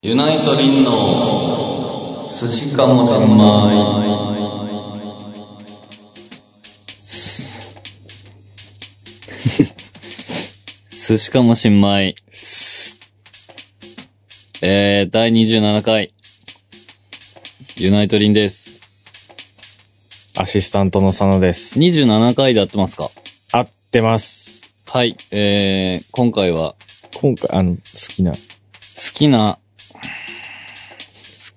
ユナイトリンの寿司かもしんまい。寿司かもしんまい。えー、第27回。ユナイトリンです。アシスタントの佐野です。 27回で合ってますか合ってます。はい。えー、今回は今回、あの、好きな、好好きな、好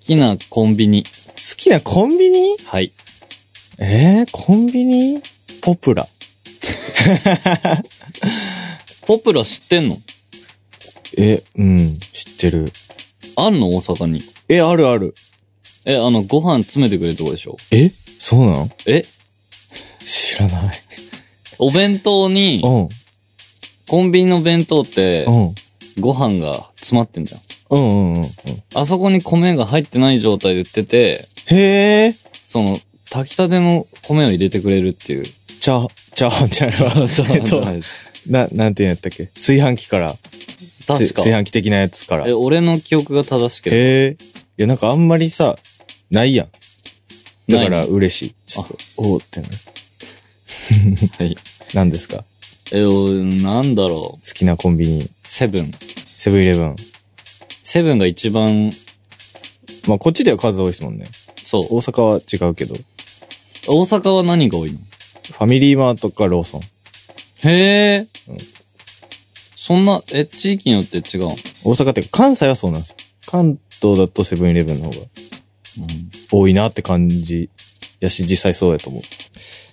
きなコンビニ。きなコンビニはい。えー、コンビニポプラ。ポプラ知ってんのえ、うん、知ってる。あんの大阪に。え、あるある。え、あの、ご飯詰めてくれるとこでしょえそうなのえ知らない。お弁当にう、ん、コンビニの弁当ってう、ん、ご飯が詰まってんじゃん。うん、うん、うん。あそこに米が入ってない状態で売ってて、へえ、その、炊きたての米を入れてくれるっていう。チャー、 チャーハンじゃないわ。ちょっと えっとないですな、なんていうんやったっけ炊飯器から。確か炊。飯器的なやつから。え、へ俺の記憶が正しけれえ。いや、なんかあんまりさ、ないやん。ば。だかないら嬉しい。ちょっと、おーってなる。の。はい。何ですかえ、おなんだろう。好きなコンビニ。セブン。セブンイレブン。セブンが一番、まあ、こっちでは数多いですもんね。そう。大阪は違うけど。フ大阪は何が多いのァミリーマートかローソン。へえ。うんそんな、え、地域によって違うの、大阪っていうか、関西はそうなんですよ。関東だとセブンイレブンの方がうん、多いなって感じやし、実際そうやと思う。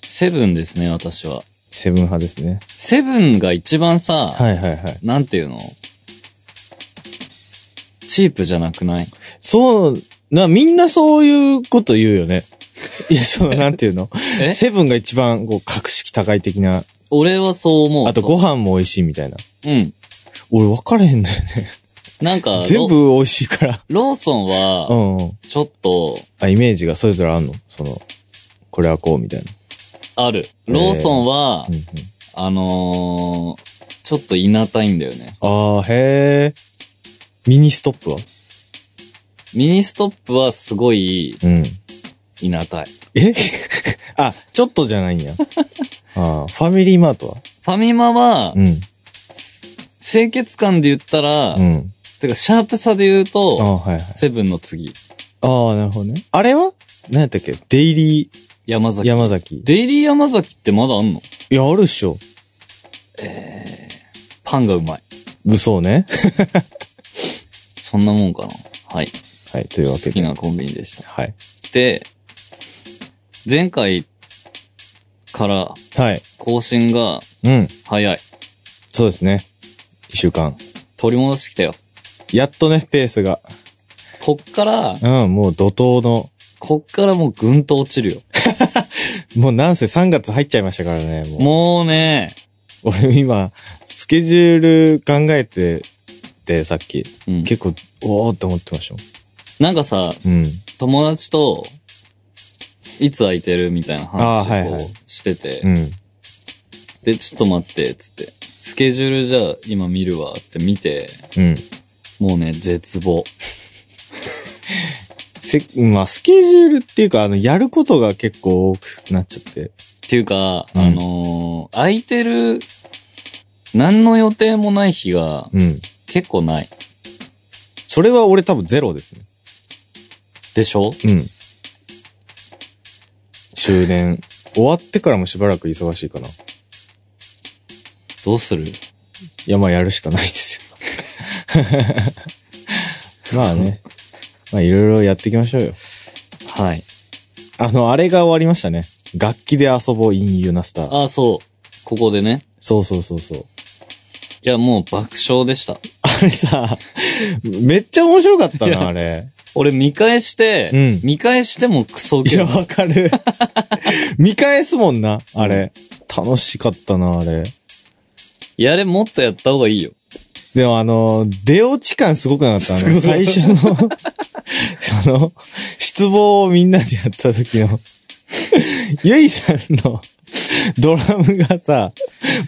セブンですね、私は。セブン派ですね。セブンが一番さ、はいはいはい。なんていうのチープじゃなくないそう、な、みんなそういうこと言うよね。 いや、その、なんていうのえセブンが一番、こう、格式高い的な。俺はそう思う。あと、そうご飯も美味しいみたいな。うん。俺、分かれへんだよね。なんか、全ロ部美味しいから。ローソンうは、んうん。ちょっと、あ、イメージがそれぞれあんのその、これはこう、みたいな。ある。ローソンはう、んうん。あのーちょっといなたいんだよね。ああ、へえ。ミニストップはミニストップはすごいうん。いなたい。え あ、ちょっとじゃないん や。あーファミリーマートはファミマはう、ん。清潔感で言ったら、うん。てか、シャープさで言うあーと、はいはい。セブンの次、ああ、なるほどね。あれは何やったっけデイリ山ー崎。山崎。デイリー山崎ってまだあんのいや、あるっしょ。パンがうまい。嘘ね。そんなもんかな。はい。 はい、というわけ好きで。なコンビニでした。はい。で、前回からはい。更新がうん。早い。そうですね。一週間。取り戻してきたよ。やっとね、ペースが。こっから、うん、もう怒涛の。こっからもうぐんと落ちるよ。もうなんせ3月入っちゃいましたからね、もう。もうね、俺今、スケジュール考えてて、さっき。うん、結構、おーって思ってましたもなんかさ、ん。うん。友達と、いつ空いてるみたいなあーは話いをはいこうしてて、うん。で、ちょっと待って、つって。スケジュールじゃあ今見るわって見て、うん。もうね、絶望。せ、まあ、スケジュールっていうか、あの、やることが結構多くなっちゃって。っていうか、うんあのー空いてる、何の予定もない日がうん。結構ない。それは俺多分ゼロですね。でしょうん。終電。終わってからもしばらく忙しいかな。いどうするや、まあ、やるしかないですよ。 まあね。まあ、いろいろやっていきましょうよ。はい。あの、あれが終わりましたね。楽器で遊ぼう、インユナスター。あ、そう。ここでね。そうそうそうそう。いや、もう爆笑でした。あれさ、めっちゃ面白かったいやな、あれ。俺見返して、うん見返してもクソいゲや、ー。わか る。見返すもんな、あれ。楽しかったな、あれ。やれ、もっとやった方がいいよ。でもあの、出落ち感すごくなかった。あすごのい最初 の、その、失望をみんなでやった時の、ゆいさんのドラムがさ、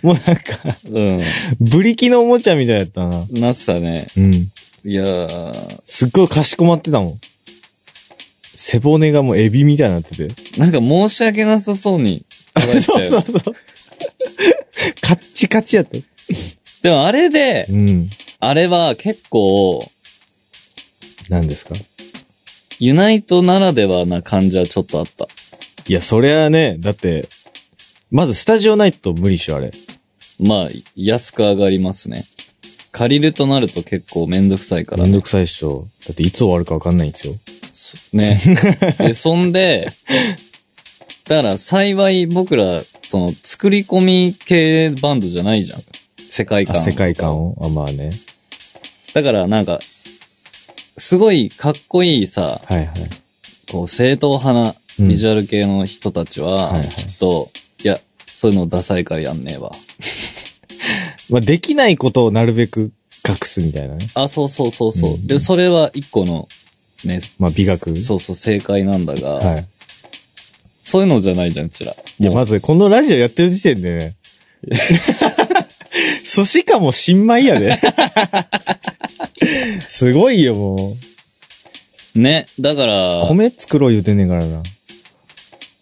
もうなんか、うん。ブリキのおもちゃみたいだったな。なってたね。うん。いやー、すっごいかしこまってたもん。背骨がもうエビみたいになってて。なんか申し訳なさそうに捉えてたそうよ。そうそう。カッチカチやって。でもあれで、うん。あれは結構、何ですかユナイトならではな感じはちょっとあった。いや、そりゃね、だって、まずスタジオないと無理っしょ、あれ。まあ、安く上がりますね。借りるとなると結構めんどくさいからめん。どくさいっしょ。だっていつ終わるかわかんないんですよ。そね。で、そんで、だから幸い僕ら、その作り込み系バンドじゃないじゃん。世界あ、観。世界観を。あ、まあね。だからなんか、すごいかっこいいさ、はいはい。こう正統派なうんビジュアル系の人たちは、はいはいきっと、いや、そういうのダサいからやんねえわ。まあ、できないことをなるべく隠すみたいなね。あ、そうそうそうそう。うんで、それは一個の、ね。まあ美学そうそう、正解なんだが、はい。そういうのじゃないじゃん、うちら。いや、もうまず、このラジオやってる時点でね。寿司かも新米やで。すごいよ、もう。ね。だから、米作ろう言うてんねんからな。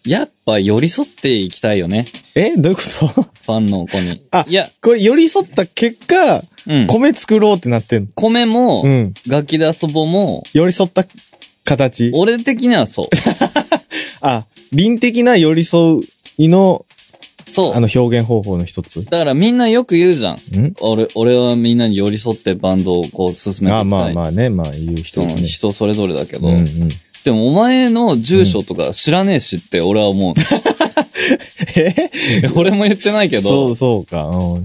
やっぱ寄り添っていきたいよね。えどういうことファンの子に。あいや、これ寄り添った結果、うん。米作ろうってなってんの。米も、うん。楽器で遊ぼも、寄り添った形。俺的にはそう。あ、倫的な寄り添いの、そうあ。の表現方法の一つ。だからみんなよく言うじゃん。ん俺、俺はみんなに寄り添ってバンドをこう進めていきたい。あまあまあね、まあ言う人そものね。人それぞれだけど、うんうん。でもお前の住所とか知らねえしって俺は思う。え俺も言ってないけそどう、、そうか。うん。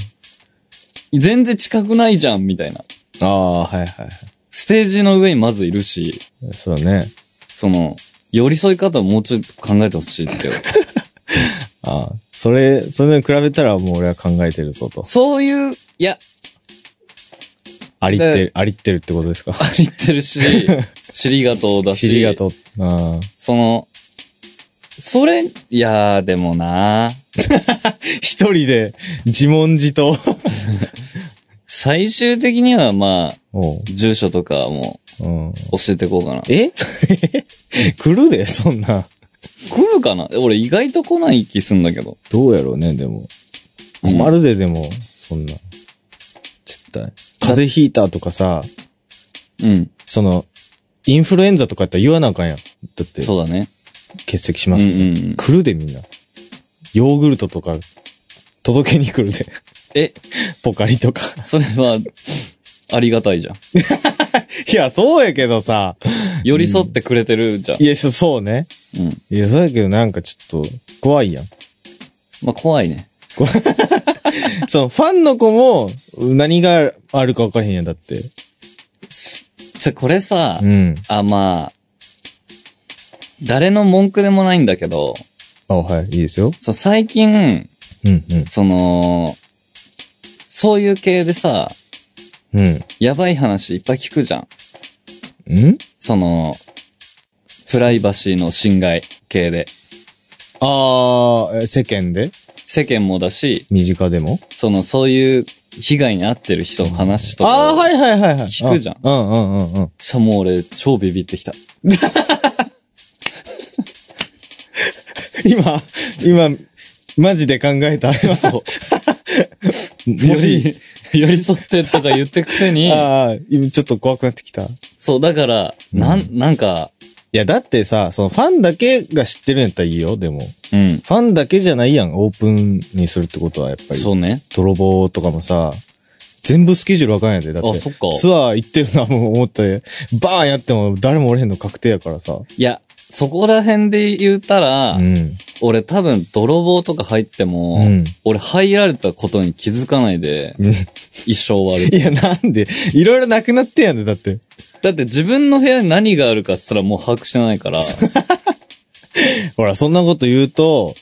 全然近くないじゃんみたいな。ああ、はいはいはステージの上にまずいるし、い。そうね。その、寄り添い方をもうちょい考えてほしい って。ああ、それ、それに比べたらもう俺は考えてるぞと。そういう、いや、ありってる、ありってるってことですか。ありってる し、知りがとうだし、知りがとう。ああ。その、それ、いやーでもな一人で自問自 答。最終的にはまあ、おう住所とかもうん。教えてこうかな。 え来るで、そんな。来るかな俺意外と来ない気すんだけど。どうやろうね、でも。困るで、でも、そんな。絶対。風邪ひいたとかさ、うん。その、インフルエンザとかやったら言わなあかんやん。だって、そうだね。欠席しうまんうす。んうん。来るで、みんな。ヨーグルトとか、届けに来るで。 え、ポカリとか。 それは、ありがたいじゃん。いや、そうやけどさ。寄り添ってくれてるじゃんい。や、そそうね。うん。いや、そうやけどなんかちょっと、怖いやん。 まあ、怖いね。その、ファンの子も、何があるか分からへんやん、だって。さ、これさ、うん。あ、まあ、誰の文句でもないんだけど、あ、はい、いいですよ。そう、最近、うん、その、そういう系でさ、うん。うん。やばい話いっぱい聞くじゃん。んその、プライバシーの侵害系で。あー、え世間で世間もだし、身近でもその、そういう被害に遭ってる人の話とかあを。ー、はいはいはいはい。聞くじゃんあうんうんうんうん。さ、もう俺、超ビビってきた。 今、今、マジで考えた。そう。 もし、寄り添ってとか言ってくせに、 あー、今ちょっと怖くなってきた。いそう、だから、なん、なんか、や、だってさ、そのファンだけが知ってるんやったらいいよ、でも。うん。ファンだけじゃないやん、オープンにするってことは、やっぱり。そうね。泥棒とかもさ、全部スケジュールわかんやで。だって、あそっかツアー行ってるな、もう思って、バーンやっても誰もおれへんの確定やからさ。いや、そこら辺で言ったら、うん。俺多分泥棒とか入っても、うん俺入られたことに気づかないで、うん一生終わる。いや、なんで、いろいろなくなってんやんで、だって。だって自分の部屋に何があるかすらもう把握してない から、ほら、そんなこと言うと、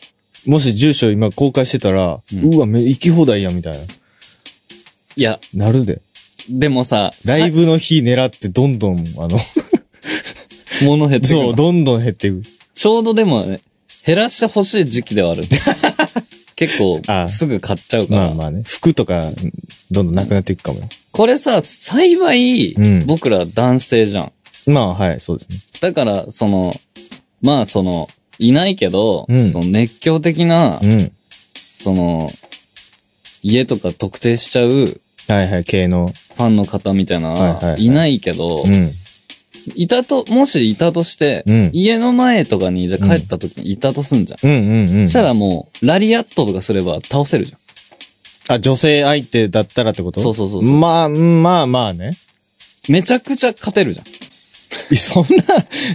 もし住所今公開してたら、うわ、め行き放題や、みたいいや、な。なるで。でもさ、ライブブの日狙って、どんどん、あ の、物減ってくる そう、どんどん減っていく。 ちょうどでもね、減らしてほしい時期ではある。結構あすぐ買っちゃうから。まあまあね。服とか、どんどんなくなっていくかもよ。これさ、幸い、うん僕ら男性じゃん。まあはい、そうですね。だから、その、まあその、いないけど、うんその熱狂的な、うん。その、家とか特定しちゃうフはいはい、系の。ァンの方みたいなのははいはいはいいないけど、うん。いたと、もしいたとして、うん家の前とかにじゃあ帰った時にいたとすんじゃん。うんうんうん。そしたらもう、ラリアットとかすれば倒せるじゃん。あ、女性相手だったらってことそうそうそうそうまあ、うんまあまあね。めちゃくちゃ勝てるじゃん。 そんな、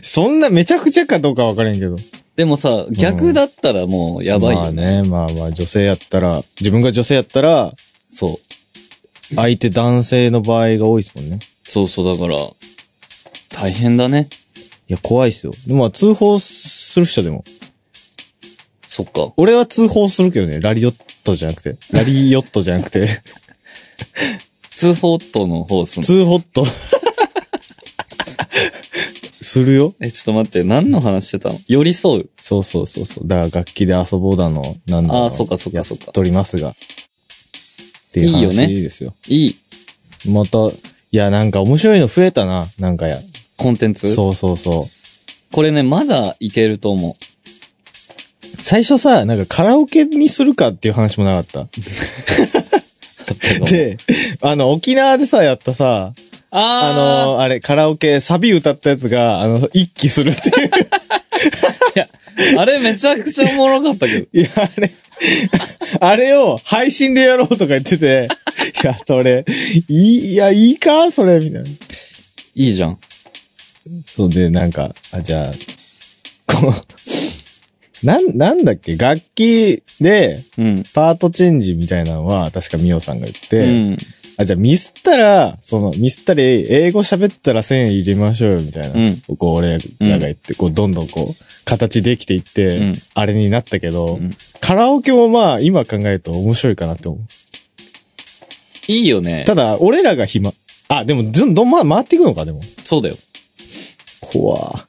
そんなめちゃくちゃかどうかわからんけど。でもさ、逆だったらもうやばいまよあね。ね、まあまあ、女性やったら、自分が女性やったら、そう。相手男性の場合が多いですもんね。そうそう、だから、大変だね。いや、怖いっすよ。でもまあ、通報する人でも。そっか。俺は通報するけどね、ラリヨットじゃなくて。ラリヨットじゃなく て、ツーフォットの方すんの。通報っと。するよ。え、ちょっと待って、何の話してたの寄り添う。そうそうそうそう。だから楽器で遊ぼうだの、なんだのあーそうかそうかそうかやっとりますが。っていういいよね話ですよ。いいまた、いや、なんか面白いの増えたな。なんかや。コンテンツそうそうそう。これね、まだいけると思う。最初さ、なんかカラオケにするかっていう話もなかった。で、あの、沖縄でさ、やったさ、あー、あの、あれ、カラオケ、サビ歌ったやつが、あの、一気するってい う。あの、あれめちゃくちゃおもろかったけど。いや、あれ、あれを配信でやろうとか言ってて、いや、それ、いい、いや、いいかそれ、みたいな。いいじゃん。そうで、なんか、あ、じゃあ、こう、なん、なんだっけ、楽器で、うん。パートチェンジみたいなのは、確かミオさんが言って、うん。あ、じゃあミスったら、その、ミスったり、英語喋ったら線入れましょうよ、みたいな。うんこう、俺らが言って、こう、どんどんこう、形できていって、うんあれになったけうど、んカラオケもまあ、今考えると面白いかなって思う。いいよねた。だ、俺らが暇。あ、でも、どんどん、ま、回っていくのか、でも。そうだよ。怖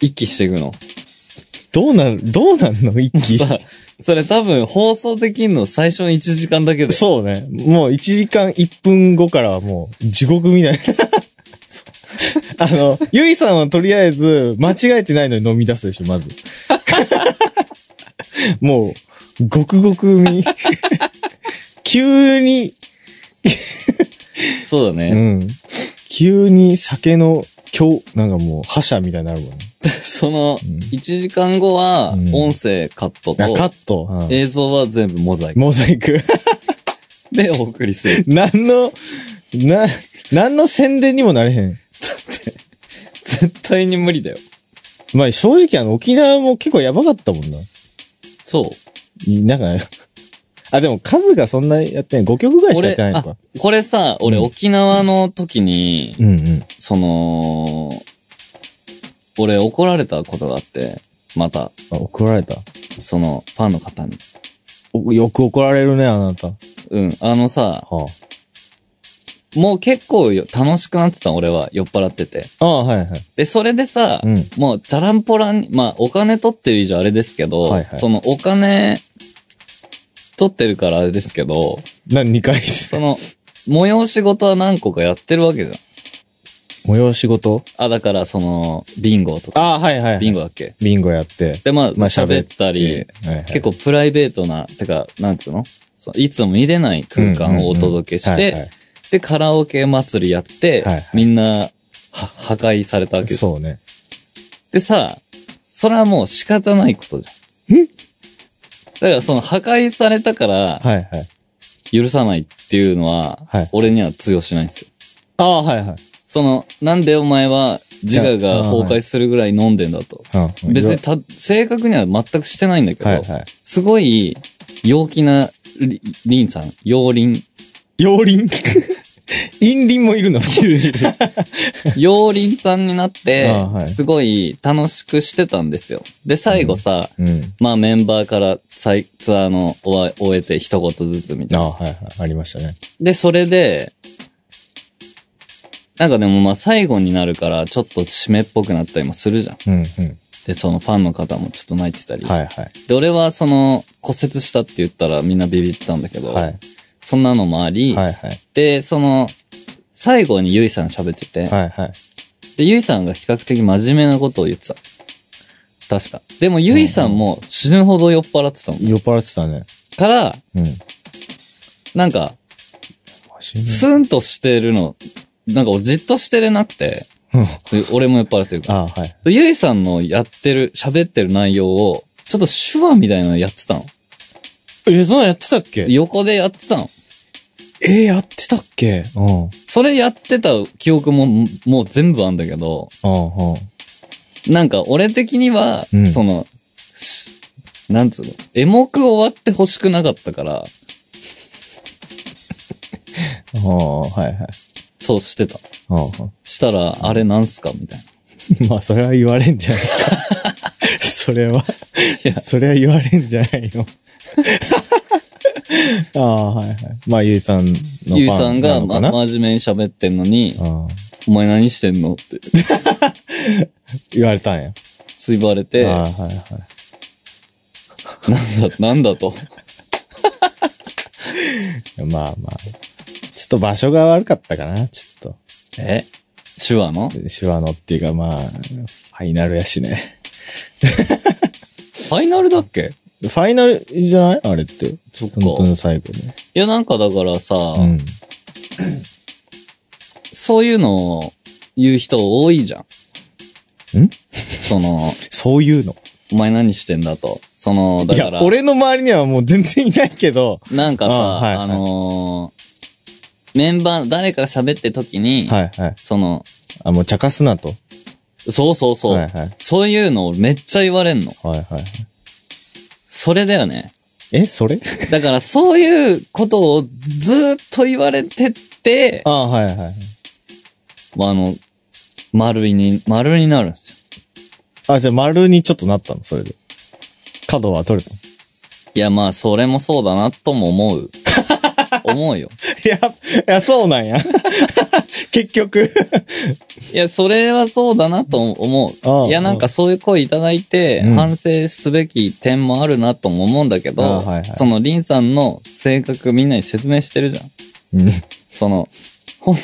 一気していくの。どうなん、どうなんの一気。さ、それ多分放送できんの最初の1時間だけで。そうね。もう1時間1分後からはもう地獄みたいな。あの、ゆいさんはとりあえず間違えてないのに飲み出すでしょ、まず。もう、ごくごくみ。 急に、そうだね。うん。急に酒の強、なんかもう覇者みたいになるもんね。その、ん1時間後はうん、音声カットあカと、ット。うん映像は全部モザイクモザイク。 でお送りする。何の、な、何の宣伝にもなれへん。絶対に無理だよ。まあ正直あの沖縄も結構やばかったもんな。そう。なんか、 あ、でも数がそんなやってない。5曲ぐらいしかやってないのか。これさ、俺うん沖縄の時に、うんうん。その、俺怒られたことがあって、また、あ、怒られた。その、ファンの方に。およく怒られるね、あなた。はうん、あのさ、あ。もう結構よ楽しくなってた俺は酔っ払ってて。ああはいはい。で、それでさ、うん。もう、チャランポランに、まあ、お金取ってる以上あれですけど、はいはいそのお金、取ってるからあれですけど、な、2回。その、催し事は何個かやってるわけじゃん。催し事あ、だから、その、ビンゴとか、ああはいはい。ビンゴだっけビンゴやって。で、まあ、まあ喋ったり、はいはい結構プライベートな、てか、なんつうのそういつも見れない空間をお届けしうんうんうんはいて、で、カラオケ祭りやってはいはい、みんな、は破壊されたわはいけです。そうね。でさ、それはもう仕方ないことじゃん。えだからその破壊されたからはいはい。許さないっていうのははい、俺には通用しないんですよ。ああはいはい。その、なんでお前は自我じゃがあ崩壊するぐらい飲んでんだと。うん別にた、正確には全くしてないんだけど、はいはい。すごい陽気なりリンさん、陽 林、陽輪 陰輪もいるのいるいる。陽林さんになってあはい、すごい楽しくしてたんですよ。で、最後さ、うん。まあメンバーから再ツアーの終わ終えて一言ずつみたいあな。あはいはい。ありましたね。で、それで、なんかでもまあ最後になるからちょっと締めっぽくなったりもするじゃん。うんうん。で、そのファンの方もちょっと泣いてたり。はいはい。で、俺はその骨折したって言ったらみんなビビってたんだけど、はい。そんなのもあり、はいはい。で、その、最後にゆいさん喋ってて、はいはい。で、ゆいさんが比較的真面目なことを言ってた。確か。でも、ゆいさんも死ぬほど酔っ払ってたの。酔っ払ってたね。から、うん。なんか、スンとしてるの、なんか俺じっとしてれなくて、うんで俺も酔っ払ってるから。ああ、はい。でゆいさんのやってる、喋ってる内容を、ちょっと手話みたいなのやってたの。え、そんなんやってたっけ横でやってたの。えやってたっけうん。うん、それやってた記憶も、ももう全部あんだけど、うん。なんか俺的には、うんその、しなんつうの、エモく終わって欲しくなかったから、ああ、はいはい。そうしてた。うしたら、あれなんすかみたいん。ま あ、それは言われんじゃないです か。それは、それは言われんじゃないよ。 ああ、はいはい。まあ、ゆいさんのフな。ゆいさァんンなが、のま、かな。真面目に喋ってんのに、うんお前何してんのって、言われたんや。ついばれて、あなあ、んだ、はいはい。なんだと。まあまあ。ちょっと場所が悪かったかな、ちょっえ手話のフと。手話のっていうか、まあ、ファイナルやしね。ァイナルだっけファイナルじゃないあれって。そっか本当の最後ね。いや、なんかだからさ、うん。そういうのを言う人多いじゃん。んその、そういうの。お前何してんだと。その、だいからや、、俺の周りにはもう全然いないけど。なんかさ、ああ,、はいはいのーメンバー、誰か喋ってる時に、はいはい。その、あ、もう茶化すなと。そうそうそう、はいはい。そういうのをめっちゃ言われんの。はいはい。それだよね。え、それだから、 そういうことをずーっと言われてって、 あはいはい。まあ、あの、丸いに、丸になるんですよ。あ、じゃあ丸にちょっとなったの、それで。角は取れたの。いや、まあ、それもそうだな、とも思う。思うよ。 いや、いや、そうなんや。 結局。いや、それはそうだなと思ああう。いや、なんかそういう声いただいて、うん反省すべき点もあるなとも思うんだけど、ああはいはいその、リンさんの性格みんなに説明してるじゃん。うん。その、ほん、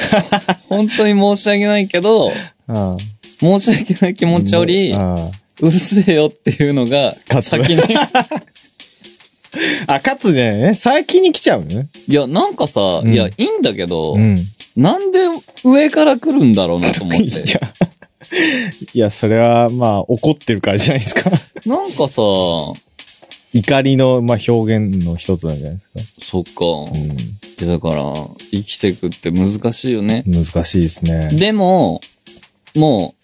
本当に申し訳ないけど、 あ申し訳ない気持ちより、うあるせえよっていうのが、勝つ先 に。あ、勝つじゃないね。先に来ちゃうのね。いや、なんかさ、うんいや、いいんだけど、うん。いなんで上から来るんだろうなと思っ て。や。いや、それは、まあ、怒ってるからじゃないですか。なんかさ、怒りの、まあ、表現の一つなんじゃないですそっか。か。いやだから、生きていくって難しいよね。うん。難しいですね。でも、もう、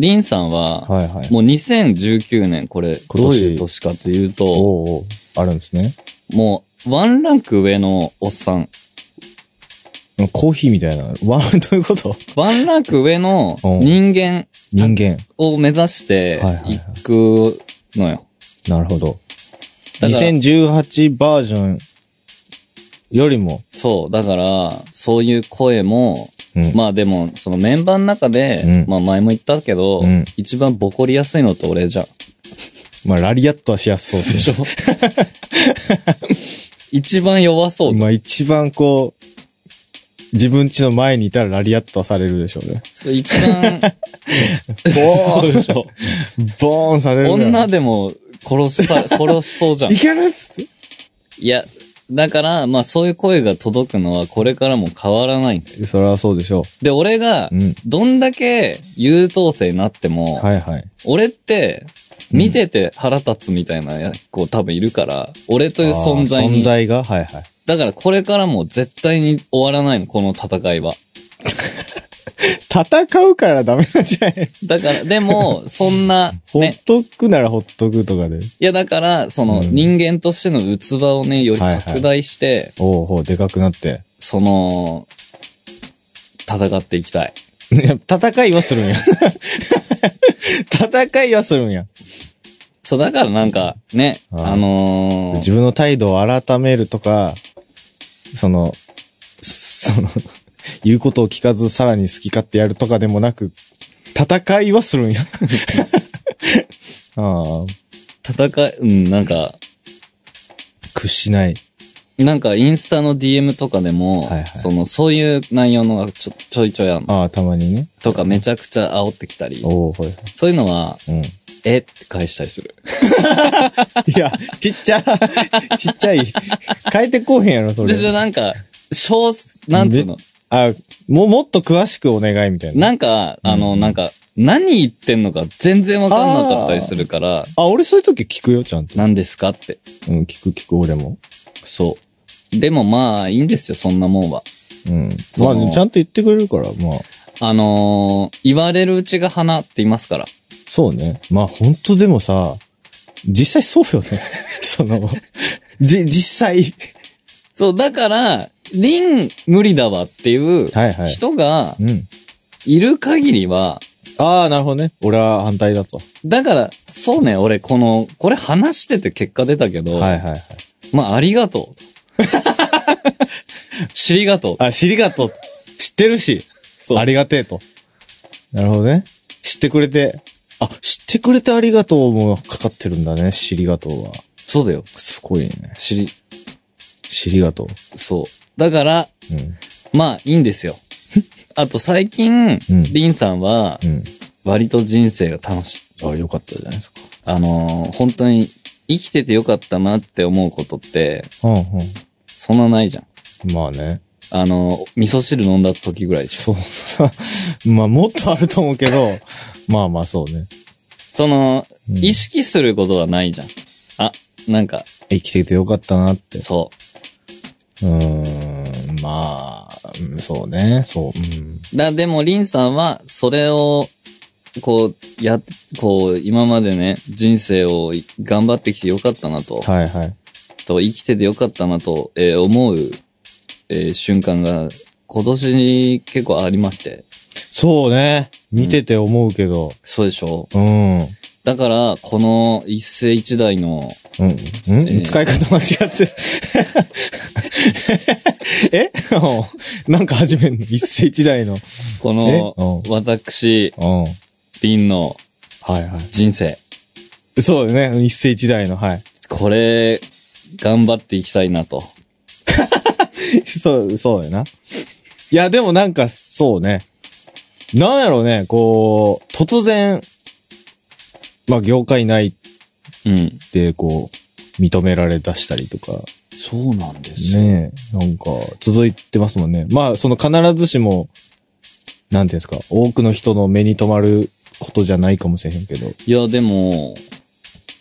リンさんは、はいはい。もう2019年、これ、今年どういう年かというと、おうおうあるんですね。もう、ワンランク上のおっさん。コーヒーみたいな。わ、どういうことワンランク上のうん人間人間。を目指してはいはいはいいくのよ。なるほど。だから2018バージョンよりも、そう。だから、そういう声も、うんまあでも、そのメンバーの中で、うんまあ前も言ったけど、うん一番ボコりやすいのって俺じゃん。まあ、ラリアットはしやすそうででしすょ一番弱そうね。じゃんまあ、一番こう、自分家の前にいたらラリアットはされるでしょうね。そう一番、ボそうーでしょンボーンされるぐらい。女でも殺さ、殺しそうじゃん。いいけるっつって。や、だから、まあそういう声が届くのはこれからも変わらないんですよ。それはそうでしょで、俺がう。う、ん。どんだけ優等生になっても、はいはい。俺って、見てて腹立つみたいなや子多分いるから、俺という存在あーに。存在がはいはい。だからこれからも絶対に終わらないの、この戦いは。戦うからダメなんじゃないだから、でも、そんな、 ほねっ、とくならほっとくとかで。いや、だから、その、うん人間としての器をね、より拡大して、おうほう、でかくなって。その、戦っていきたい。いや戦いはするんや。 戦いはするんや。そう、だからなんか、ね、あーあのー自分の態度を改めるとか、その、その、言うことを聞かずさらに好き勝手やるとかでもなく、戦いはするんや。ああ、戦い、うん、なんか、屈しない。なんかインスタの DM とかでも、はいはいその、そういう内容のがちょちょいちょいあんの。ああ、たまにね。とかめちゃくちゃ煽ってきたり、おおはいはそういうのは、い。うん。えって返したりする。いや、ちっちゃ、ちっちゃい。変えてこうへんやろ、それ。全然なんか、小、なんつうの。あ、もう、もっと詳しくお願いみたいな。なんか、あの、なんか、何言ってんのか全然わかんなかったりするから、あ、俺そういう時聞くよ、ちゃんと。何ですかって。うん、聞く聞く、俺も。そう。でもまあ、いいんですよ、そんなもんは。うん。まそあ、のね、ちゃんと言ってくれるから、まあ、あのー言われるうちが花って言いますから。そうね。まあ、本当でもさ、実際そうよね。 その、じ、実際。そう、だから、リン無理だわっていうはいはい。人がうん。いる限りは、ああ、なるほどね。俺は反対だと。だから、そうね、俺この、これ話してて結果出たけど、はいはいはい。まあ、ありがとう。 知りがとう。あ、知りがとう。知ってるし。そうありがてえと。なるほどね。知ってくれて。あ、知ってくれてありがとうもかかってるんだね。知りがとうは。そうだよ。すごいね。知り、知りがとう。そう。だから、うまあ、いいんですよ。 あと最近、うんリンさんは、ん。うん。割と人生が楽しい。あ、よかったじゃないですか。あのー本当に、生きててよかったなって思うことって、うんそんなないじゃん。うん。まあね。あのー味噌汁飲んだ時ぐらいでしょ。そう。 まあ、もっとあると思うけど、まあまあそうね。その、うん意識することはないじゃん。あ、なんか、生きててよかったなって。そうーん、まあ、うんそうね。そう。うん。う。だ、でも、リンさんは、それを、こう、や、こう、今までね、人生をい頑張ってきてよかったなと。はいはい。と生きててよかったなと、えー思う、えー瞬間が今年結構ありまして。そうね。見てて思うけど。そうでしょうん。うん。だから、この一世一代の、うん、ー使い方間違ってる。 え うんなんか始めんの一世一代の。この、え私、うん。はいリンのは人生。い。そうだね。一世一代の、はい。これ、頑張っていきたいなと。 そう、そうやな。いや、でもなんか、そうね。なんやろうね、こう、突然、まあ、業界内うん。で、こう、認められ出したりとか、そうなんでねえ、なんか、続いてますもんね。まあ、その必ずしも、なんていうんですか、多くの人の目に留まることじゃないかもしれへんけど。いや、でも、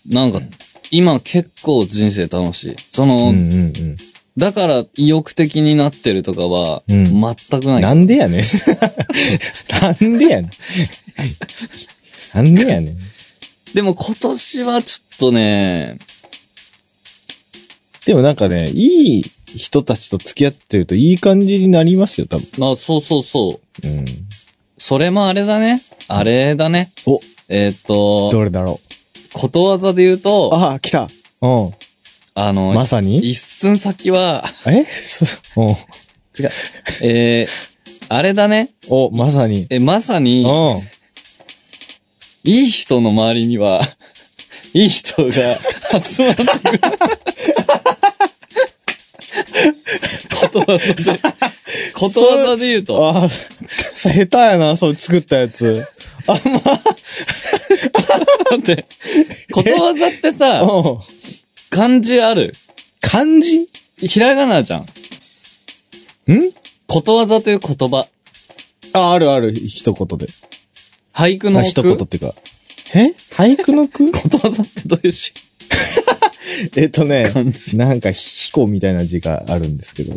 なんか、今結構人生楽しい。その、うんうんうん。だから意欲的になってるとかは、うん全くない。なんでやねん。 なんでやねん。 なんでやねん。でも今年はちょっとね、でもなんかね、いい人たちと付き合ってるといい感じになりますよ、多分。まあそうそうそう。うん。それもあれだね。あれだね。お、えーっと、どれだろことわざで言うう。と、あああ、来た。うの、ん。まさに一寸先は、え そうん。違う。えー、あれだね。お、まさに。え、まさうん。に、いい人の周りには、いい人が集まってくる。ことわざで、ことわざで言うと、ああ、下手やな、それ作ったやつ。待って、ことわざってさ、うん。漢字ある。漢字んひらがなじゃん。ことわざという言葉。あ、あるある、一言で。俳句あの一言っていうか。え俳句の 句ことわざってどういう字えっとね漢、字なんか、彦みたいな字があるんですけど、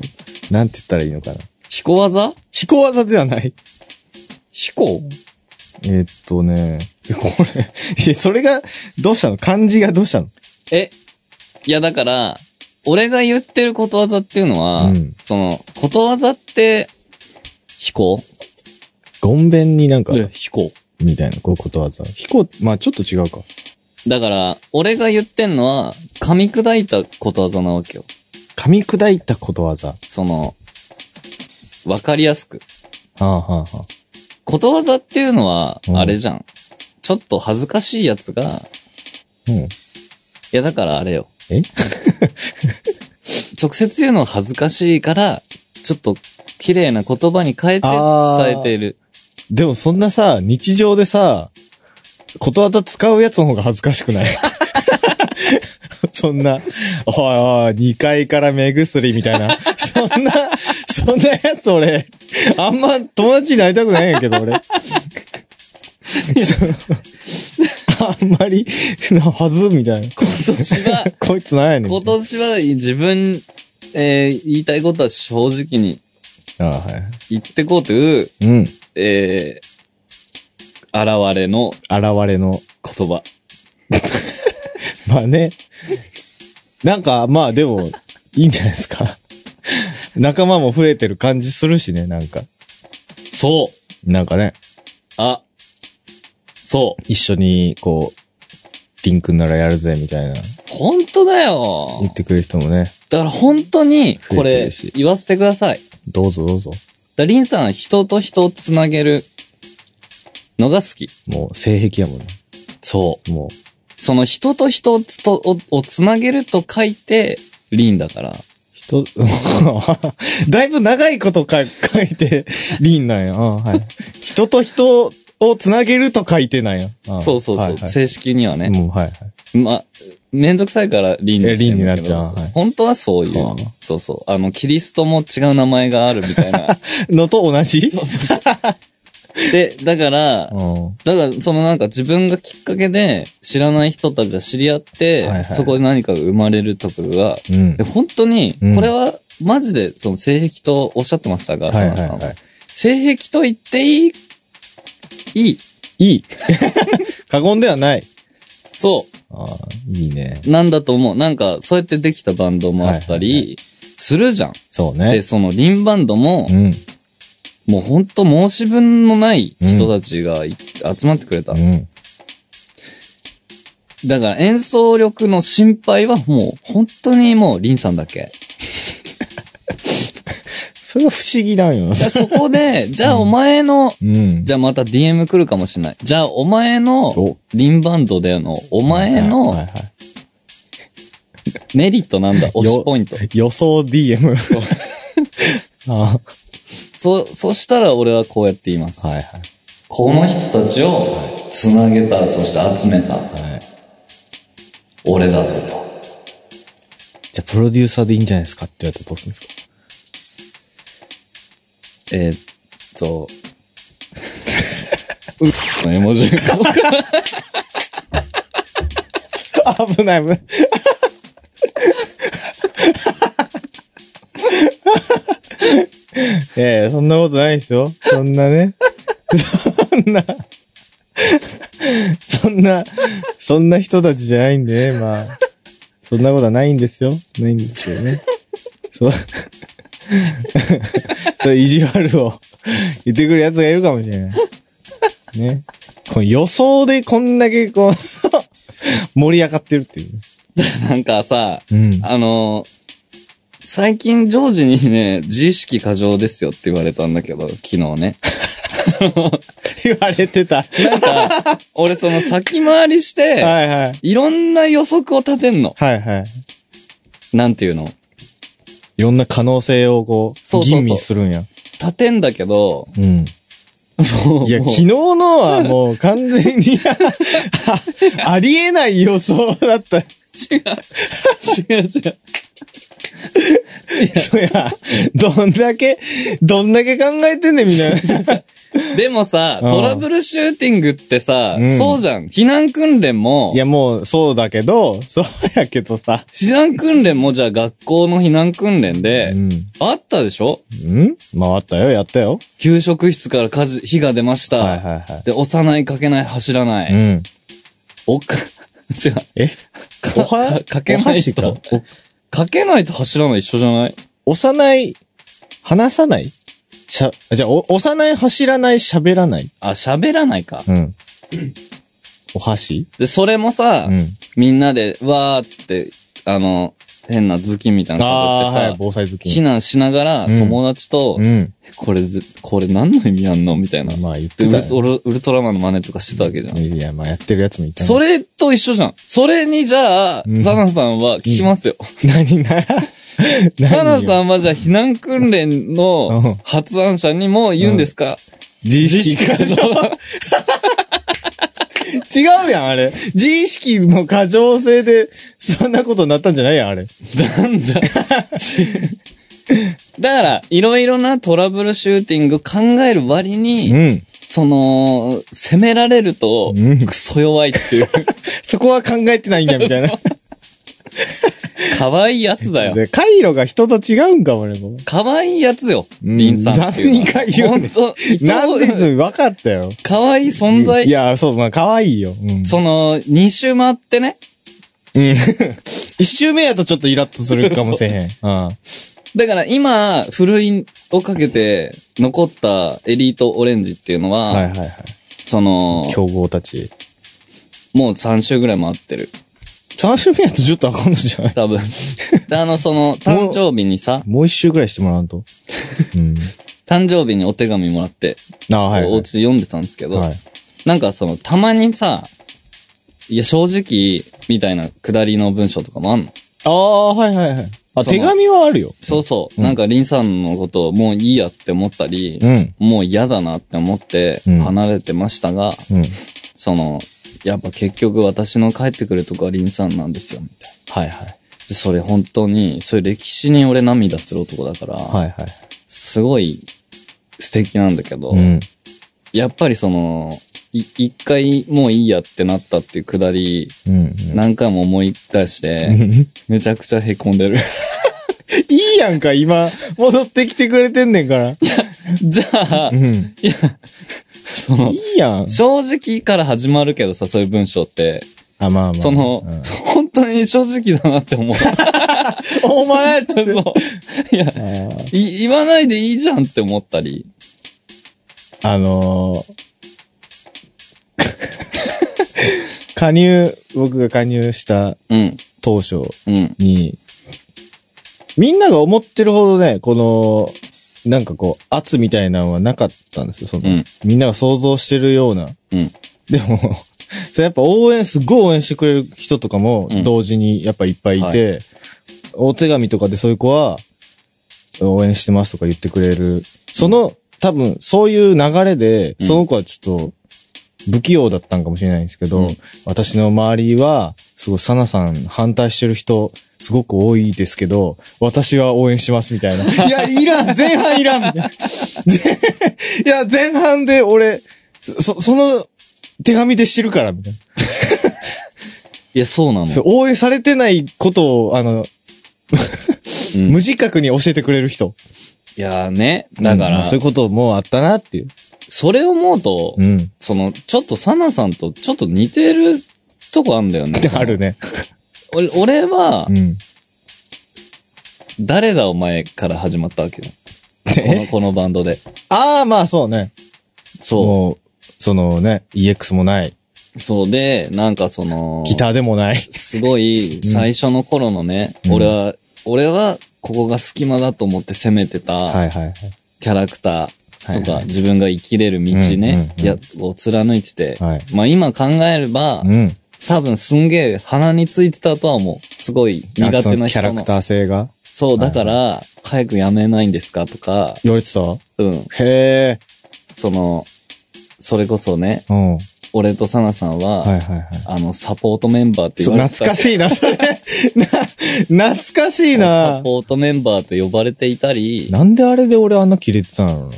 なんて言ったらいいのかな。ひこわざ彦技ではない。ひこえっとね、えこれ、 いやそれが、どうしたの漢字がどうしたのえ、いやだから、俺が言ってることわざっていうのは、うんその、ことわざって、ひこごんべんになんか、ひこみたいな、こういうことわざ。彦、まあちょっと違うか。だから、俺が言ってんのは、噛み砕いたことわざなわけよ。噛み砕いたことわざ。はその、わかりやすく。あはあはあ。ことわざっていうのは、うんあれじゃん。ちょっと恥ずかしいやつが、いうん。やだからあれよ。え直接言うのは恥ずかしいから、ちょっと綺麗な言葉に変えて伝えている。でもそんなさ、日常でさ、ことわざ使うやつの方が恥ずかしくない そんな、おいおい、2階から目薬みたいな。そんな、そんなやつ俺、あんま友達になりたくないんやけど俺。そうあんまり、なはずみたいな。今年は、こいつなんやねん。今年は自分、えー言いたいことは正直にああはい。言ってこうという、うん。えー現れの現れの。言葉。 まあね。なんか、まあでも、いいんじゃないですか。仲間も増えてる感じするしね、なんか。そうなんかね、あ、そう。一緒に、こう、リンクならやるぜ、みたいな、本当だよ。言ってくれる人もね、だから本当に、こ増えてれるし、言わせてください。だかどうぞどうぞ。らリンさんは人と人をつなげるのが好き。もう、性癖やもんね。そもう、う。その人と人をつとををつなげると書いて、リンだから。人、 だいぶ長いことか書いて、リンなんや。うんはい、人と人をつなげると書いてなんや。んそうそうそう。はいはい正式にはね。もう、はいはい。ま、めんどくさいからリンえしてんだけどリンになっちゃうはい本当はそういうはあ。そうそう。あの、キリストも違う名前があるみたい な。のと同じそうそうそう。で、だから、うん。だから、そのなんか自分がきっかけで知らない人たちが知り合って、はいはいそこで何かが生まれるとかが、うんで。本当にう、んこれはマジでその性癖とおっしゃってましたが、はいはいそのは性癖と言っていい、いい。い。 いい。過言ではない。そああ、いいね。う。なんだと思う。なんか、そうやってできたバンドもあったはいはり、するじゃん。そうで、ね。そのリンバンドもう、ん。もう本当申し分のない人たちがい集まってくれたう。ん。だから演奏力の心配はもう本当にもうリンさんだけ。それは不思議なんよなじゃあそこ で、じゃあお前の、うん。じゃあまた DM 来るかもしれない。じゃあお前のおリンバンドでのお前はいはのいはいメリットなんだ、推しポイント。予想 DM。あそ、そしたら俺はこうやって言います。あはいはい。この人たちをつなげた、そして集めた、はい。俺だぞと。じゃあ、プロデューサーでいいんじゃないですかって言われたらどうするんですかえーっと、うの絵文字が危ない危ない。 いやいや、そんなことないですよ。そんなね。そんな、そんな、そんな人たちじゃないんでね、まあ。そんなことはないんですよ。ないんですよね。そう。 そういう意地悪を言ってくる奴がいるかもしれない。ね。この予想でこんだけこう、盛り上がってるっていうね。なんかさ、うんあのー最近ジョージにね、自意識過剰ですよって言われたんだけど、昨日ね。 言われてた。はなんか、俺その先回りしいて、はい。いろんな予測を立てんの。はいはい。なんていうのいろんな可能性をこそうう、そうそう吟味するんや。立てんだけど、うん。もういや、もう昨日のはもう完全 にあ、 ありえない予想だった。違う違う。そりゃ、どんだけ、どんだけ考えてんねん、みたいな。 でもさ、うんトラブルシューティングってさ、うんそうじゃん。避難訓練もい、や、もう、そうだけど、そうやけどさ。避難訓練もじゃあ学校の避難訓練で、うん。あったでしょうん回ったよ、やったよ。給食室から火事、火が出ました。はいはいはで、押さない、かけない、走らないい。。うん。おか、 違う。えおはか かけないおと箸。かかけないと走らない一緒じゃないお押さない、話さないしゃ、じゃあ、お押さない、走らない、喋らない。あ、喋らないか。うん。 お箸で、それもさ、うん。みんなで、わーっつって、あの、変な頭巾みたいなあのあ、被はっい、てさ、防災好き。避難しながらうん友達と、うん。これぜ、これ何の意味あんのみたいな。まあ言ってでウたルよトウルトラマンの真似とかしてたわけじゃん。いや、まあやってるやつもいたねそれと一緒じゃん。それにじゃあ、うんザナさんは聞きますよ。 何な何ザ ナよさんはじゃあ避難訓練うんの発案者にも言うんですか、自意識過剰。違うやん、あれ。自意識の過剰性で、そんなことになったんじゃないやん、あれ。なんじゃ。だから、いろいろなトラブルシューティング考える割に、うん。その、攻められるとうん、クソ弱いって いう、そこは考えてないんだ、みたいな。可愛いやつだよ。で、回路が人と違うんかもね、もう可愛いやつよ、うんリンさんっていうのは。何が言うねん本当伊藤なんでそう分かったよ。可愛い存在。いや、そう、まあ、可愛いよ。うん。その、二周回ってね。うん。一周目やとちょっとイラッとするかもしれへん。うん。だから今、ふるいをかけて残ったエリートオレンジっていうのは、はいはいはい。その、競合たち。もう3周ぐらい回ってる。三周目やとちょっとあかんのじゃない多分。 であの、その、誕生日にさ、もう一周ぐらいしてもらわんと。うん。誕生日にお手紙もらって、ああ、はい、はい。お家で読んでたんですけど、はい。なんかその、たまにさ、いや、正直、みたいな下りの文章とかもあんの。ああ、はいはいはい。あ、その手紙はあるよ。そうそう。うんなんか、リンさんのことをもういいやって思ったり、うん。もう嫌だなって思って、うん離れてましたが、うん。その、やっぱ結局私の帰ってくるとこはリンさんなんですよ、みたいな。はいはい。で、それ本当に、そういう歴史に俺涙する男だから、はいはい。すごい素敵なんだけど、うん。やっぱりその、い一回もういいやってなったっていうくだり、うん。何回も思い出して、 めちゃくちゃ凹んでる。 いいやんか、今、戻ってきてくれてんねんから。じゃあう、ん。そのい、いやん。正直から始まるけどさ、そういう文章って、あ、まあまあ。その、うん本当に正直だなって思う。 お前っつって。そう。いや、あーい言わないでいいじゃんって思ったり。あのー、加入、僕が加入したうん、当初うん、に、みんなが思ってるほどね、この、なんかこう、圧みたいなのはなかったんですよ。その、うんみんなが想像してるような。うん。でも、それやっぱ応援、すごい応援してくれる人とかもうん同時にやっぱいっぱいいて、お手紙とかでそういう子は、応援してますとか言ってくれる。その、多分、そういう流れで、うんその子はちょっと、不器用だったんかもしれないんですけど、うん私の周りは、すごい、サナさん反対してる人、すごく多いですけど、私は応援しますみたいな。 いや、いらん前半いらん みたいな前いや、前半で俺、そ、その、手紙で知るから、みたいな。いや、そうなの。そう、応援されてないことを、あの、うん無自覚に教えてくれる人。いやーね。だかうんら、そういうこともあったなっていう。それを思うと、うん。その、ちょっとサナさんとちょっと似てるとこあんだよね。あるね。俺俺はう、ん。誰だお前から始まったわけよ。この、でこのバンドで。ああ、まあそうね。そもう、そのね、EX もない、う。そうで、なんかその、ギターでもない。すごい、うん最初の頃のね、うん俺は、俺は、ここが隙間だと思って攻めてた、いはいはい。キャラクターとはいはか、自分が生きれる道ね、うんうんうやん、を貫いてて、はい。まあ今考えれば、うん。多分すんげえ鼻についてたとは思う。すごい苦そ手のなキャ人ラのク。ター性がそう、だから、早くやめないんですかとか、言われてたへうん。え。その、それこそね、うん。は俺とサナさんは、いはいはい。あの、サポートメンバーって言そうわれてた。懐かしいな、それ。な、懐かしいサな。ポートメンバーって呼ばれていたり、なんであれで俺あんなキレてたの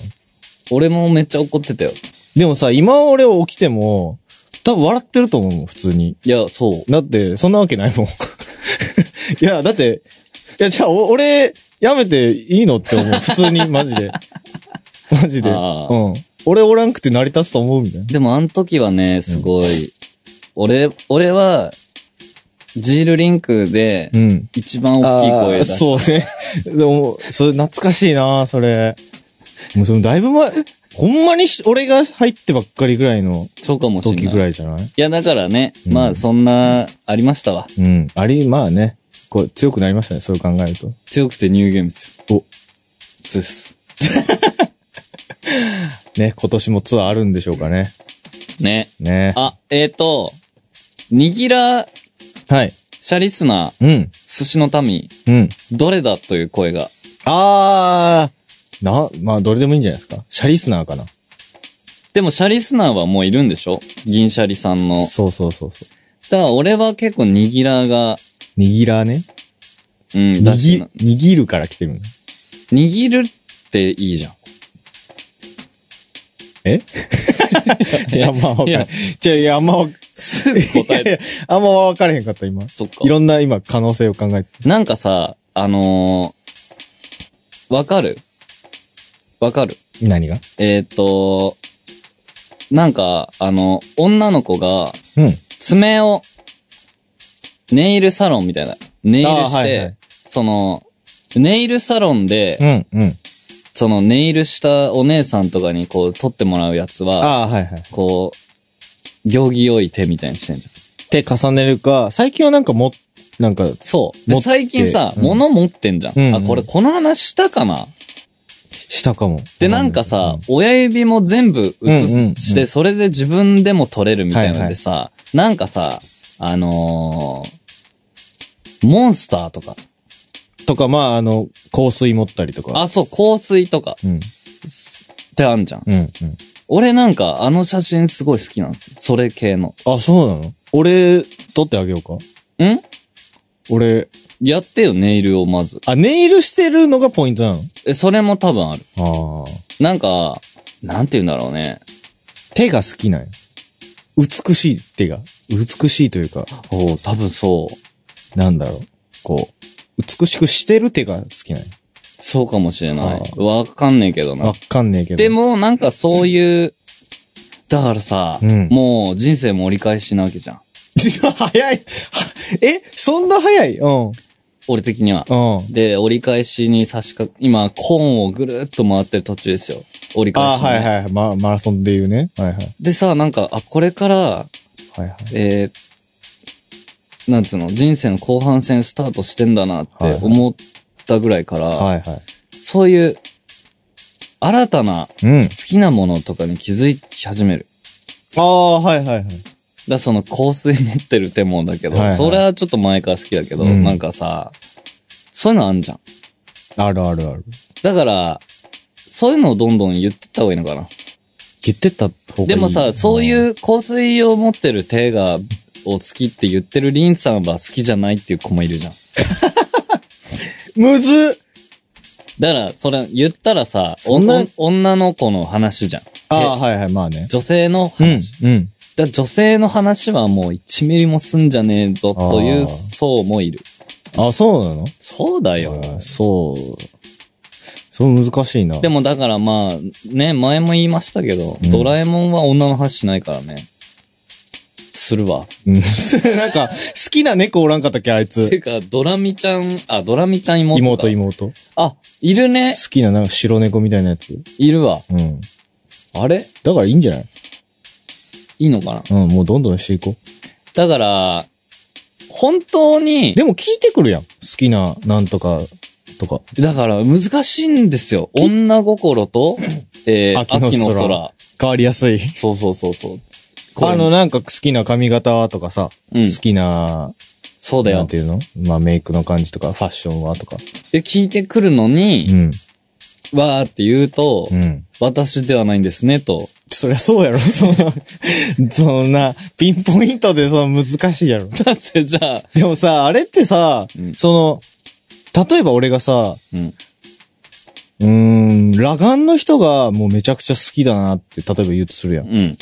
俺もめっちゃ怒ってたよ。でもさ、今俺起きても、多分笑ってると思うもん、普通に。いや、そう。だって、そんなわけないもん。い や、だって、いや、じゃあ、お俺、やめていいのって思う。普通に、マジで。 マジで。うあん。俺おらんくて成り立つと思うみたいな。でもあの時はね、すごい、俺、俺は、ジールリンクでう、ん。一番大きい声出あーしそうね。 でも、それ懐かしいなそれ。もうそのだいぶ前、ほんまにし俺が入ってばっかりぐらいのた。そうかもしれ時ないぐ。らいじゃないいや、だからね、うんまあ、そんな、ありましたわ。うん。あり、まあね。こう、強くなりましたね、そう考えると。強くてニューゲームですよ。おです。 ね、今年もツアーあるんでしょうかね。ね。ね。あ、えっ、ー、と、にぎら、はい。シャリスナー、うん。寿司の民、うん。どれだという声が。あー。な、まあ、どれでもいいんじゃないですか。シャリスナーかな。でも、シャリスナーはもういるんでしょ銀シャリさんの。そうそうそうそう。だから、俺は結構にぎらが、握らーね。うん、だし握、、握るから来てるの。握るっていいじゃん。え いや、まあ、わかんいなやい。じゃいや、あんまわ、すぐ答えいやて。いや あんまわかれへんかった、今。そっかい。ろんな今、可能性を考えてた。なんかさ、あのーわかるわかる何がえっ、ー、と、なんか、あの、女の子が、うん。爪を、ネイルサロンみたいな。ネイルあして、ーはいはいその、ネイルサロンで、うん、うん。そのネイルしたお姉さんとかにこう、撮ってもらうやつは、ああ、はいはい。こう、行儀良い手みたいにしてんじゃん。手重ねるか、最近はなんかも、なんか、そう。で持って最近さ、うん物持ってんじゃん。うんうんあ、これこの話したかなしたかも。で、なんかさ、うん親指も全部映うんうんうんして、それで自分でも撮れるみたいなんでさ、なんかさ、あのーモンスターとか、とか、まあ、あの、香水持ったりとか。あ、そう、香水とかうん、ってあんじゃん。うん、うん。俺なんかあの写真すごい好きなんですよ。それ系の。あ、そうなの俺、撮ってあげようか。ん俺、やってよ、ネイルをまず。あ、ネイルしてるのがポイントなえ、それも多分ある。のああ。なんか、なんて言うんだろうね。手が好きなんや。美しい手が。美しいというか、おう多分そう。なんだろう。こう、美しくしてる手が好きなんや。そうかもしれなあい。わかんねえけどなわ。かんねえけど。で、も、なんかそういう、だからさ、うんもう人生も折り返しなわけじゃん。 早い。え、そんな早いうん。俺的には。うん。で、折り返しに差し掛け、今、コーンをぐるっと回ってる途中ですよ。折り返あし、ね。はいはいはい。ま、マラソンで言うね。はいはい。でさ、なんか、あ、これから、はいはい。えー、なんつうの、人生の後半戦スタートしてんだなってはいはい思ったぐらいから、はいはそういう、新たな好い。うん。きなものとかに気づき始める。ああ、はいはいはだい。からその香水持ってる手もだけど、はいはいそれはちょっと前から好きだけど、うんなんかさ、そういうのあんじゃん。あるあるある。だから、そういうのをどんどん言ってった方がいいのかな。言ってた方がいい。でもさ、そうういう香水を持ってる手が、を好きって言ってるリンさんは好きじゃないっていう子もいるじゃん。ん。むずっだから、それ言ったらさ、そんなおん女の子の話じゃん。ああ、はいはい、まあね。女性の話。うん、うん。だから女性の話はもう1ミリもすんじゃねえぞといあーう層もいる。あ、そうなのそうだよ。あそう。そう難しいな。でもだからまあ、ね、前も言いましたけど、うんドラえもんは女の話しないからね。するわ。うん、 なんか、好きな猫おらんかったっけ、あいて つ。か、ドラミちゃん、あ、ドラミちゃん妹か。妹妹。好あ、いるね。きななんか白猫みたいなやつ。いるわ。うん。あれだからいいんじゃないいいのかなうん、もうどんどんしていこだから、本当う。に、でも聞いてくるやん。好きな、なんとか、とか。だから難しいんですよ。女心 と、えー、秋秋のの空空変わりやすい。そうそうそうそう。これあの、なんか好きな髪型はとかさ、うん好きな、そうだなんよて。いうのまあメイクの感じとか、ファッションはとか。で、聞いてくるのうに、ん。わーって言うと、うん。私ではないんですね、と。 そりゃそうやろ、そんな、そんな、ピンポイントでその難しいやろ。だってじゃあ、でもさ、あれってさ、うんその、例えば俺がさ、うん。うーん、裸眼の人がもうめちゃくちゃ好きだなって、例えば言うとするやん。うん。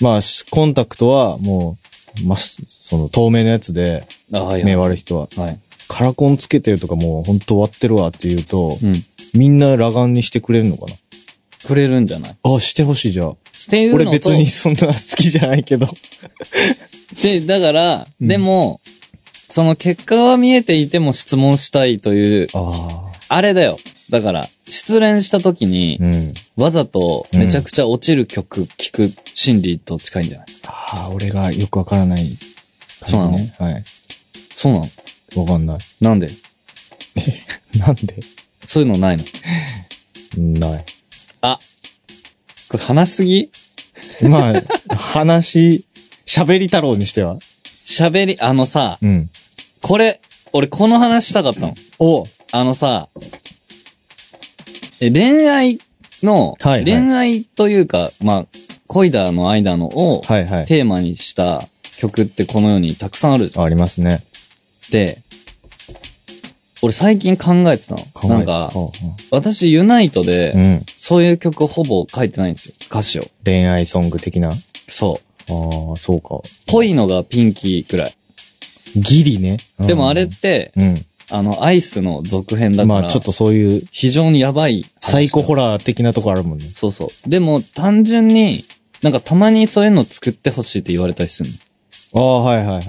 まあ、コンタクトはもう、まあ、その透明のやつで、あ、はい、は目い。悪い人は。はい。カラコンつけてるとかもうほんと終わってるわって言うと、うん。みんな裸眼にしてくれるのかなくれるんじゃないあ、してほしいじゃあ。っていうの俺と。別にそんな好きじゃないけど。で、だから、うんでも、その結果は見えていても質問したいという、ああ。あれだよ。だから、失恋した時にう、ん。わざとめちゃくちゃ落ちる曲聴く心理と近いんじゃないああ、俺がよくわからない感じね。そうなのはい。そうなのわかんない。なんでなんでそういうのないのない。あ。これ話しすぎまあ、話、喋り太郎にしては。喋り、あのさ、うん。これ、俺この話したかったの。おあのさ、え恋愛の、はいはい恋愛というか、まあ、恋だの愛だのを、はいはい。テーマにした曲ってこの世にたくさんあるじゃん。ありますね。で、俺最近考えてたの。なんか、考私ユナイトでえう、ん。そういう曲ほぼ書いてないんですよ。歌詞を。恋愛ソング的な。あそう。あ、そうか。ぽいのがピンキーくらい。ギリね。うんでもあれって、うん。あの、アイスの続編だから、まあちょっとそういう非常にやばい。サイコホラー的なとこあるもんね。そうそう。でも、単純に、なんかたまにそういうの作ってほしいって言われたりするああ、はいはいはい。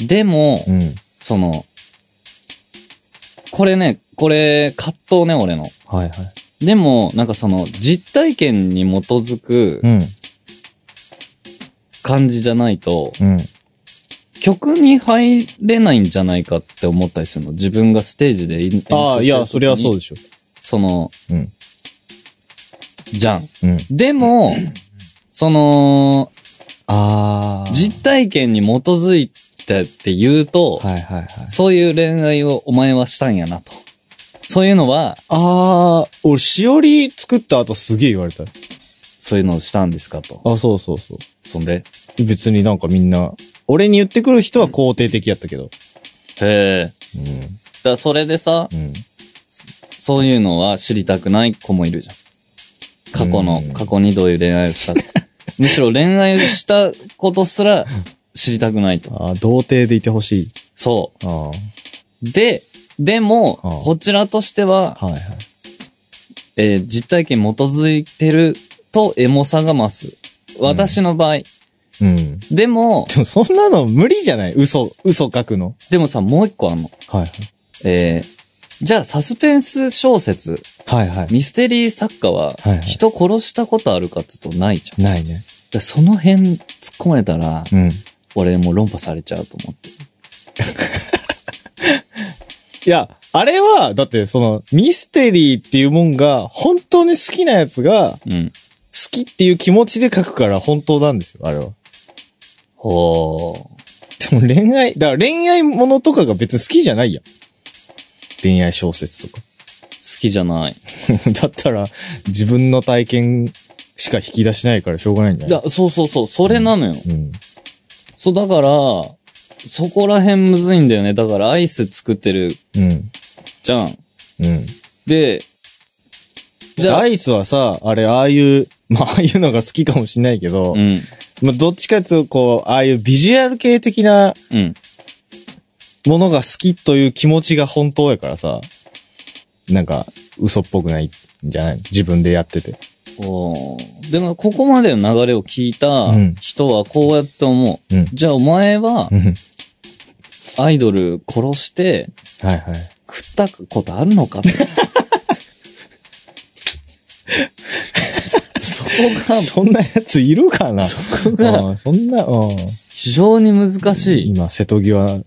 の。でも、うん。その、これね、これ、葛藤ね、俺の。はいはい。でも、なんかその、実体験に基づくうん。感じじゃないと、うん。曲に入れないんじゃないかって思ったりするの。自分がステージで演演奏ああ、いや、すそる時にりゃそうでしょ。その、うん。じゃん。うん。でも、その、ああ。実体験に基づいてって言うと、はいはいはい。そういう恋愛をお前はしたんやなと。そういうのは、ああ、俺、しおり作った後すげえ言われた。そういうのをしたんですかと。あ、そうそうそう。そんで、別になんかみんな、俺に言ってくる人は肯定的やったけど。へえ。うだからそれでさ、ん。うん。そういうのは知りたくない子もいるじゃん。過去のう、ん過去にどういう恋愛をしたか。 むしろ恋愛をしたことすら知りたくないと。ああ、童貞でいてほしい。そあう。で、でも、ああこちらとしてはあ、、はいはい。えー実体験に基づいてるとエモさが増す。私の場合。うん。でも、でもそんなの無理じゃない嘘、嘘書くの。でもさ、もう一個あんの。はいえーじゃあサスペンス小説、はい。はいはミステリー作家ははいはい、人殺したことあるかっつうとないじゃん。い。ないね。でその辺突っ込まれたら、うん。い俺もう論破されちゃうと思って。や、あれは、だってその、ミステリーっていうもんが、本当に好きなやつが、うん。好きっていう気持ちで書くから本当なんですよ、あれは。ほでも恋愛、だから恋愛ものとかが別に好きじゃないやん。恋愛小説とか。 ー。好きじゃない。だったら、自分の体験しか引き出しないからしょうがないんじゃないだそうそうそう、それなのよ。うん。そう、だから、そこら辺むずいんだよね。だからアイス作ってるうん。じゃん。うん。で、じゃあア、イスはさ、あれ、ああいう、 まあ、ああいうのが好きかもしんないけど、うん。まあ、どっちかっていうと、こう、ああいうビジュアル系的なうん。ものが好きという気持ちが本当やからさ、なんか、嘘っぽくないんじゃない自分でやっ てて。おーでも、ここまでの流れを聞いたうん人はこうやって思う。うんじゃあ、お前はう、ん。アイドル殺して、はいはい。食ったこと あるのか ってそこが、そんなやついるかなそこがうんそんな、うん。非常に難しい。今、瀬戸際、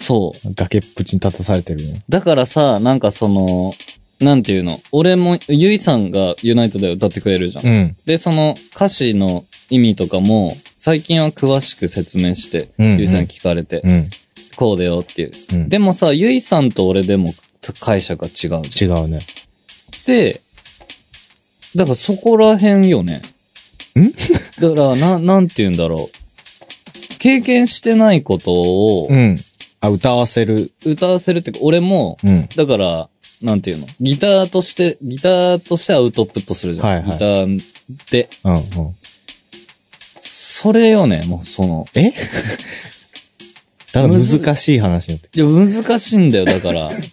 そう。崖っぷちに立たされてるね。だからさ、なんかその、なんていうの。俺も、ゆいさんがユナイトで歌ってくれるじゃん。ん。で、その歌詞の意味とかも、最近は詳しく説明して、うんうんゆいさんに聞かれて、うん。こうだよっていう。うん、でもさ、ゆいさんと俺でも解釈が違うじ違うね。ゃん。で、だからそこら辺よね。んだから、な、なんて言うんだろう。経験してないことをん。あ、歌わせる。歌わせるってか、俺も、うん。だから、なんていうのギターとして、ギターとしてアウトプットするじゃん。はいはいギターで。うん、うん。それよね、もうその。えただむず難しい話になっていや、難しいんだよ、だから。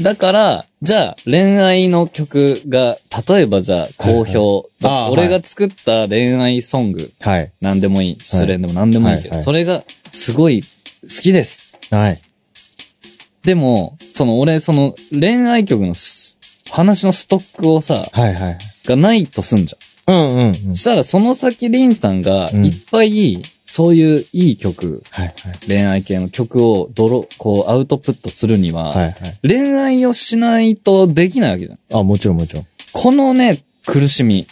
だから、じゃあ、恋愛の曲が、例えばじゃあ、好評。はいはいあー俺が作った恋愛ソング、きた。はい。なんでもいい。失恋でもなんでもいいけど、はいはいそれが、すごい、好きです。はい。でも、その、俺、その、恋愛曲のす、話のストックをさ、はいはい。がないとすんじゃん。うんうんうんしたらその先リンさんがうんいっぱいそういういい曲、はい恋愛系の曲をドロ、こうアウトプットするには、はい。はいはい。恋愛をしないとできないわけじゃん。あ、もちろんもちろん。このね、苦しみ。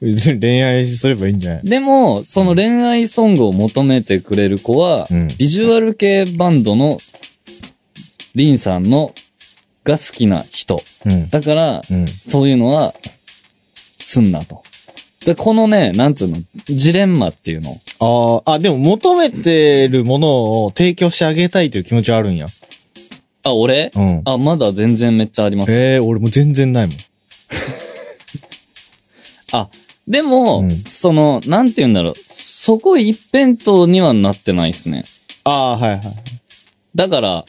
別に 恋愛すればいいんじゃないでも、その恋愛ソングを求めてくれる子は、うんビジュアル系バンドの、リンさんの、が好きな人。うん。だから、うん。そういうのは、すんなと。で、このね、なんつうの、ジレンマっていうの。ああ、あ、でも求めてるものを提供してあげたいという気持ちはあるんや。あ、俺、うん。あ、まだ全然めっちゃあります。ええ俺もう全然ないもん。あ、でも、うんその、なんて言うんだろう。そこ一辺倒にはなってないですね。ああ、はいはい。だから、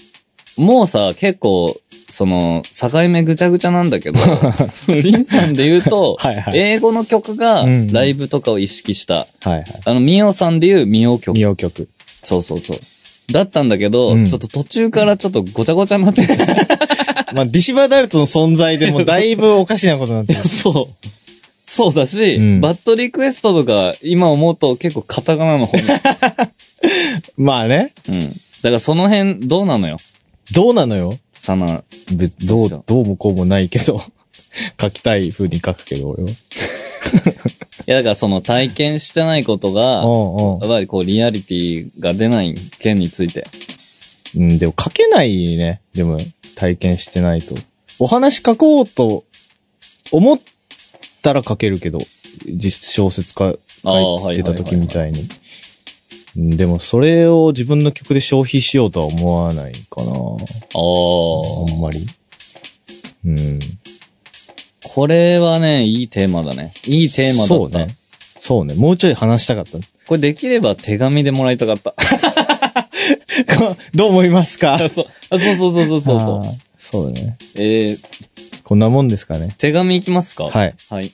もうさ、結構、その、境目ぐちゃぐちゃなんだ けど、そのリンさんで言うと、はいはい英語の曲がうんうんライブとかを意識した。はいはい。あの、ミオさんで言うミオ曲。見よう曲。 そうそうそう。だったんだけど、うんちょっと途中からちょっとごちゃごちゃになっててまあ、ディシバダルトの存在でもだいぶおかしなことになってる。 そう。そうだし、うんバッドリクエストとか、今思うと結構カタカナの方に。まあね。うん。だからその辺、どうなのよ。どうなのよサナ、別どどうう、どうもこうもないけど。 書きたい風に書くけど、俺は。いや、だからその体験してないことが、うんやっぱりこう、リアリティが出ない件について。うん。うん、でも書けないね。でも、体験してないと。お話書こうと、思ったら書けるけど、実小説家書いてた時みたいに。うんでも、それを自分の曲で消費しようとは思わないかな。ああ。あんまり。うん。これはね、いいテーマだね。いいテーマだった。そうね。そうね。もうちょい話したかった。これできれば手紙でもらいたかった。 こ どう思います かあそうあそうそうそうそうそうあーそうだね。えー、こんなもんですかね。手紙いきますかはい。はい。